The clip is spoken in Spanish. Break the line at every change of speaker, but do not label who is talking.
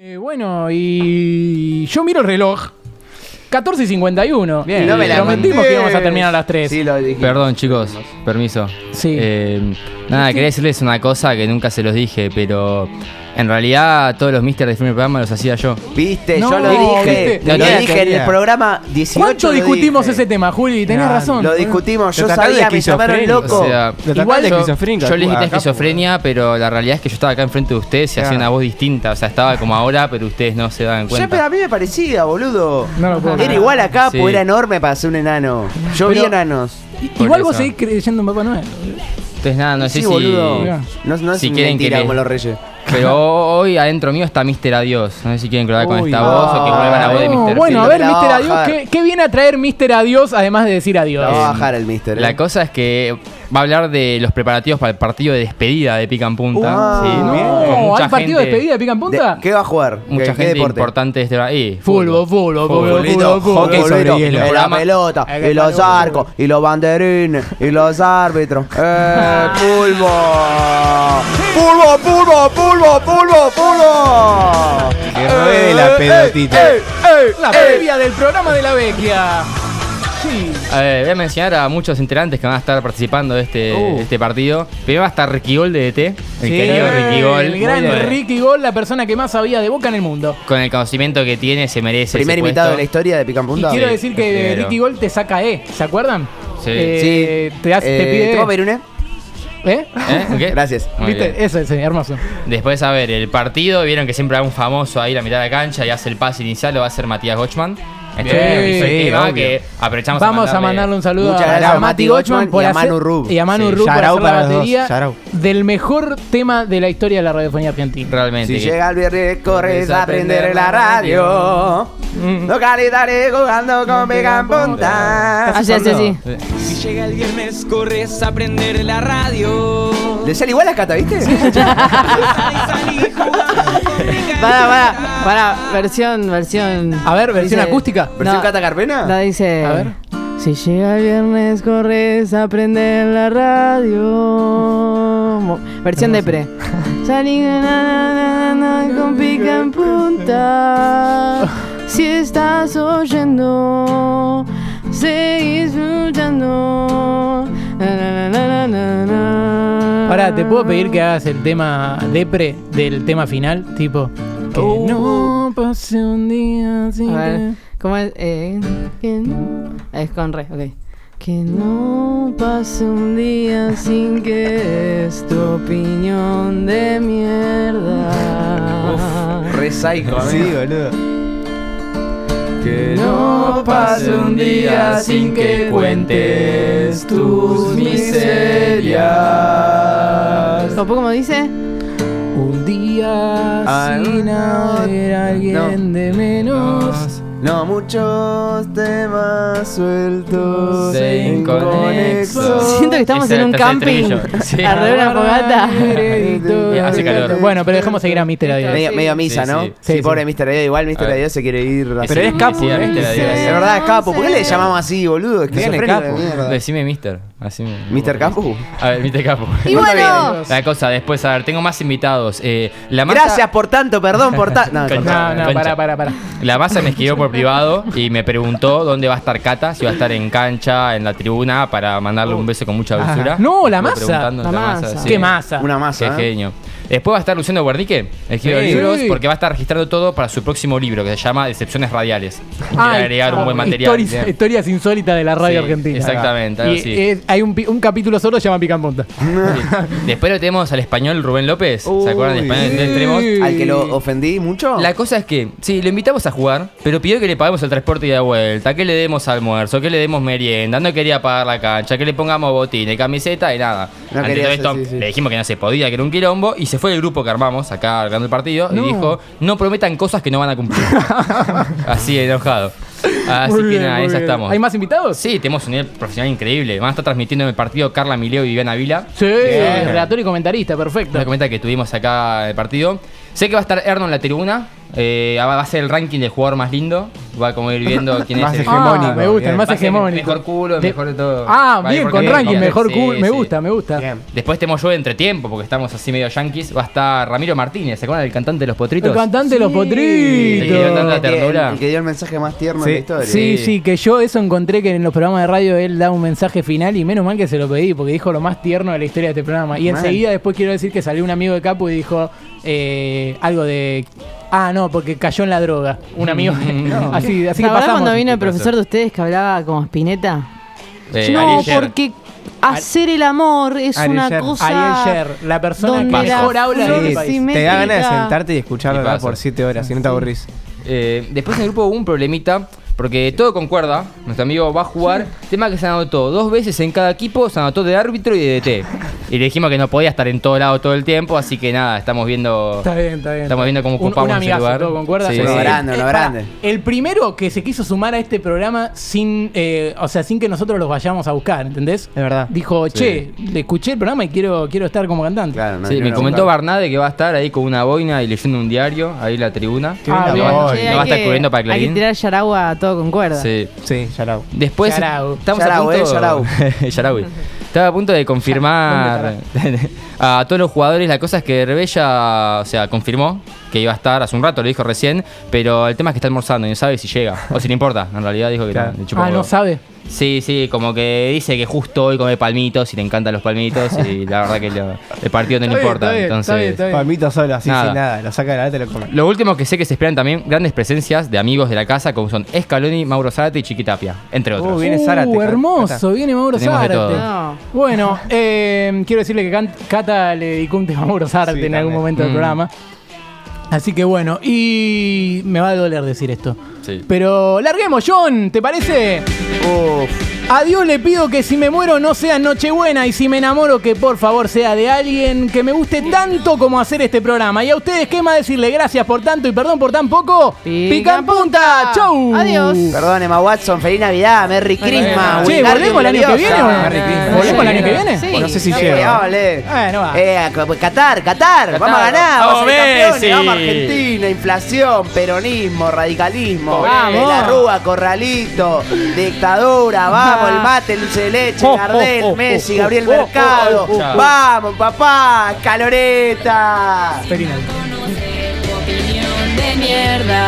Eh, bueno, y yo miro el reloj. 14 y 51.
Bien.
Y
No me la
prometimos
contés.
que íbamos a terminar a las 3.
Sí, lo dijimos.
Perdón, chicos, permiso.
Sí.
Eh, nada, quería decirles una cosa que nunca se los dije, pero en realidad todos los misters del primer programa los hacía yo.
Viste,
No,
yo lo dije.
viste.
Lo
No te
dije en
quería.
el programa 18.
¿Cuánto
lo
discutimos
dije.
ese tema, Juli? Tenés
Nah,
razón.
Lo discutimos,
Te
yo
tratás de
sabía, me llamaron
esquizofrénico.
loco.
O sea,
Lo tratás
Igual
de
yo-
esquizofrénico,
yo les
acá,
dije
porque-
esquizofrenia, pero la realidad es que yo estaba acá enfrente de ustedes y hacía
Claro.
una voz distinta. O sea, estaba como ahora, pero ustedes no se dan
Ya,
cuenta.
pero a mí me parecía, boludo.
No lo puedo
era
creer.
igual a Capo,
Sí.
era enorme para ser un enano. Yo vi
Pero-
enanos.
I-
por
Igual vos
eso.
seguís creyendo en Papá Noel.
Ah,
Entonces, nada, no sé
sí,
si.
boludo.
Mirá.
No, no es
si quieren que
mentira
le- Eh,
como los reyes.
Pero hoy adentro mío está Mister Adiós. No sé si quieren que lo haga con
Uy.
esta voz o que vuelva la voz de
No,
Mister.
bueno, a
Phil.
ver,
La va
Mister
a
Adiós,
bajar.
¿qué, qué viene a traer Mister Adiós además de decir adiós?
La va a
Eh,
bajar el mister.
La
eh.
cosa es que va a hablar de los preparativos para el partido de despedida de Pica en Punta.
Uh,
sí.
no,
Con
No,
mucha
Oh, ¿Hay partido de
gente-
despedida de pica en
De-
punta?
¿Qué va a jugar? ¿Qué,
Mucha
qué
gente
deporte?
importante de este eh,
Fútbol, fútbol, fútbol,
Futbolito,
fútbol, fútbol.
hockey
futbolito,
sobre
y
hielo.
la
Programa-
pelota, y los arcos, y los banderines, y los árbitros. ¡Eh, pulvo! ¡Pulvo, pulvo, pulvo, pulvo, pulvo! Eh,
Que ruede la pelotita.
La previa del programa de la vecchia. Sí.
Eh, voy a mencionar a muchos integrantes que van a estar participando de este,
Uh.
de este partido. Primero va a estar Ricky Gol de DT, el querido Ricky Gol.
El gran
Muy bien.
Ricky Gol, la persona que más sabía de Boca en el mundo.
Con el conocimiento que tiene, se merece.
Primer
ese
invitado de la
puesto.
historia de Pican
Y
Punta.
quiero eh,
Sí,
decir que
prefiero.
Ricky Gol te saca E, ¿se acuerdan?
Sí.
Eh, Te, hace- te
Eh, ¿Te puedo pedir
pide.
un E?
¿Eh?
¿Eh? ¿Qué?
Gracias.
Muy
¿Viste?
bien.
Eso es eh, hermoso.
Después, a ver, el partido. Vieron que siempre hay un famoso ahí en la mitad de la cancha y hace el pase inicial. Lo va a hacer Matías Gochman. Este
Bien.
es el
Sí,
tema
obvio.
que aprovechamos
Vamos a mandarle un saludo
Muchas
a,
gracias a
Mati
Mati
Gochman
Gochman y a
hacer-
Manu Rub.
Y a Manu
Sí,
Rub por
shout out
hacer la
para los dos, shout
batería
out.
del mejor tema de la historia de la radiofonía argentina.
Realmente.
Si
que-
llega el viernes, corres a prender la radio. Localidades jugando con Pican Punta.
Así, así, así.
Si llega el viernes, corres a prender la radio.
Le sale igual a Cata, ¿viste?
Salí, salí, jugamos con Pica
Para, para,
Punta.
para, versión, versión.
A ver, versión acústica.
¿Versión
No.
Cata Carpena?
La dice.
A ver.
Si llega el viernes, corres a prender la radio. Mo- Versión de pre. Salí na, na, na, na, con pica en punta. Si estás oyendo, seguís luchando. Na, na, na, na, na, na.
Ahora, ¿te puedo pedir que hagas el tema depre del tema final? Tipo. Que
Uh.
no pase un día sin
A ver,
que-
¿cómo es? Eh, que no- es con re, ok. Que no pase un día sin que es tu opinión de mierda.
Re psycho,
Sí,
amigo.
boludo.
Que
no pase un día sin que
cuentes
tus
miserias.
¿O cómo dice?
Un día
Ah,
sin
no,
haber alguien de menos.
No muchos temas sueltos e
Se
en
inconexos.
Siento que estamos
Ese
en un
tercer
camping.
estribillo. Sí.
Arre una fogata.
Crédito.
Hace calor.
Bueno, pero dejamos seguir a Mister Adiós.
Medio, medio misa,
Sí,
¿no?
sí.
Sí,
Sí,
pobre
sí.
Mr. Adiós. Igual Mr.
ver.
Adiós se quiere ir.
Ese-
Pero es capo,
decía
¿eh?
Mister Adiós.
De verdad, Capo. ¿Por qué le llamamos así, boludo? Es que
Viene
de
Capo.
mierda.
Decime Mister. Así me-
¿Mr. Capo?
A ver, Mister Capo.
Y bueno,
La cosa, después, a ver, tengo más invitados. Eh, la masa,
Gracias por tanto, perdón por tanto. No,
No,
Concha.
no,
Concha.
pará, pará, pará.
La masa me escribió por privado y me preguntó dónde va a estar Cata, si va a estar en cancha, en la tribuna, para mandarle un beso con mucha dulzura.
No, la
Estuvo
masa.
preguntando,
La masa.
sí.
Qué masa.
una
Qué
masa. ¿eh?
genio. Después va a estar Luciano Guernique, escribe
Sí.
libros,
Sí.
porque va a estar registrando todo para su próximo libro, que se llama Decepciones Radiales. Quiere
Ay,
agregar un buen
ah,
material. ¿eh?
historias-
Bien.
Historias insólitas de la radio
Sí,
argentina.
exactamente, algo
Y,
así.
eh, hay un, pi- un capítulo solo que se llama Pican Punta.
Sí. Después lo tenemos al español Rubén López. ¿Se acuerdan del español Eh, de extremos?
Al que lo ofendí mucho.
La cosa es que, sí, lo invitamos a jugar, pero pidió que le paguemos el transporte y de vuelta, que le demos almuerzo, que le demos merienda, no quería pagar la cancha, que le pongamos botines, camiseta y nada.
No
Ante
quería
todo
eso,
esto,
sí, sí.
le dijimos que no se podía, que era un quilombo, y se fue el grupo que armamos acá ganando el partido
No.
y dijo, no prometan cosas que no van a cumplir. Así enojado. Así
Muy
que
bien,
nada,
muy
esa
bien.
estamos.
¿Hay más invitados?
Sí, tenemos un nivel profesional increíble. Van a estar transmitiendo en el partido Carla Mileo y Viviana Vila.
Sí,
Bien.
relator y comentarista, perfecto.
Una comenta que tuvimos acá en el partido. Sé que va a estar Erno en la tribuna. eh, va a ser el ranking del jugador más lindo. va como ir viendo quién
Más
es el
hegemónico.
Ah, me gusta, el
bien.
más
Va a ser
hegemónico.
Mejor culo, el
De-
mejor de todo.
Ah,
Va a ir
bien,
por
con
categoría.
ranking, mejor
Sí,
culo. me
sí.
gusta, me gusta.
Bien.
Después tenemos yo entre tiempo, porque estamos así medio yanquis. Va a estar Ramiro Martínez, ¿se acuerdan del cantante de los potritos?
El cantante de los
El que dio
potritos.
tanta ternura.
El que dio el mensaje más tierno
Sí.
de la historia.
Sí, sí, que yo eso encontré que en los programas de radio él da un mensaje final y menos mal que se lo pedí porque dijo lo más tierno de la historia de este programa. Y
Mal.
enseguida después quiero decir que salió un amigo de Capu y dijo eh, algo de... Ah, no, porque cayó en la droga. Un amigo...
Mm.
así así
¿Se
que
acuerdan
pasamos.
cuando vino el profesor de ustedes que hablaba como espineta?
Eh,
no,
Ariel Sher.
porque hacer el amor es
Ariel
una
Sher.
cosa...
Ariel Sher, la persona que
donde la
mejor habla de este
flor
país.
se
Te da ganas de
métrica.
sentarte y
Y
escucharla
pasa.
por 7 horas, si no te aburrís.
Eh, después en el grupo hubo un problemita, porque todo concuerda. Nuestro amigo va a jugar. Tema que se anotó dos veces en cada equipo, se anotó de árbitro y de DT. Y le dijimos que no podía estar en todo lado todo el tiempo, así que nada, estamos viendo.
Está bien, está bien.
Estamos viendo cómo
Un- un
copamos ese
amigazo,
lugar.
todo concuerda.
Sí,
Uno
sí.
grande, uno
Eh, pará,
grande.
El primero que se quiso sumar a este programa sin, eh, o sea, sin que nosotros los vayamos a buscar, ¿entendés?
Es verdad.
Dijo, che, le escuché el programa y quiero, quiero estar como cantante.
Claro, no,
Sí,
no,
me
no,
comentó
no.
Barnade que va a estar ahí con una boina y leyendo un diario, ahí en la tribuna.
Qué
Ah,
buena
bien.
voz.
Che,
No
hay
va a estar
que-
cubriendo para
Hay
Clarín.
que tirar Yaragua todo con cuerda.
Sí.
Sí, Yarau.
Después
Yarau.
estamos
Yarau,
a punto
eh, Yarau.
Yaraui. Estaba a punto de confirmar a todos los jugadores. La cosa es que Rebella, o sea, confirmó que iba a estar hace un rato, lo dijo recién, pero el tema es que está almorzando y no sabe si llega o si le importa. En realidad dijo que
Claro.
no, le chupa
Ah,
un
no
huevo.
sabe.
Sí, sí, como que dice que justo hoy come palmitos y le encantan los palmitos y la verdad que lo- el partido no le importa. entonces,
Palmito solo, así
Nada.
sin nada. Lo saca de la lata y lo come.
lo último que sé que se esperan también grandes presencias de amigos de la casa, como son Escaloni, Mauro Zárate y Chiquitapia, entre otros.
Uy, viene Zárate,
Uh,
Cata.
hermoso, viene Mauro
Tenemos de
Zárate.
todo.
No.
Bueno, eh, quiero decirle que Can- Cata le dedicó un tema a Mauro Zárate
Sí,
en algún
también.
momento del
Mm.
programa. Así que bueno, y me va a doler decir esto.
Sí.
Pero larguemos, John, ¿te parece?
Uf,
A Dios le pido que si me muero no sea Nochebuena y si me enamoro que por favor sea de alguien que me guste tanto como hacer este programa. Y a ustedes, ¿qué más decirle? Gracias por tanto y perdón por tan poco.
Pica
¡Pica en punta! ¡Chau!
Adiós.
perdón, Emma Watson, feliz Navidad, Merry Christmas.
Che,
Wingardium
¿volvemos el año que viene o no?
Leviosa.
Merry Christmas.
¿Volvemos el año que viene?
Sí.
Bueno, no sé si
Sí,
llega.
ole.
Eh, no va.
Eh, co- Qatar, Qatar, vamos a ganar, vamos,
Vamos,
a ser campeones,
Messi.
vamos a Argentina, inflación, peronismo, radicalismo,
Vamos.
la rúa, corralito, dictadura, vamos, el mate, el dulce de leche,
Oh,
Gardel,
oh, oh,
Messi,
oh,
Gabriel
oh, oh,
Mercado,
oh,
oh, oh.
vamos, papá, caloreta.
Feliz Navidad.
Conocer tu opinión de mierda. e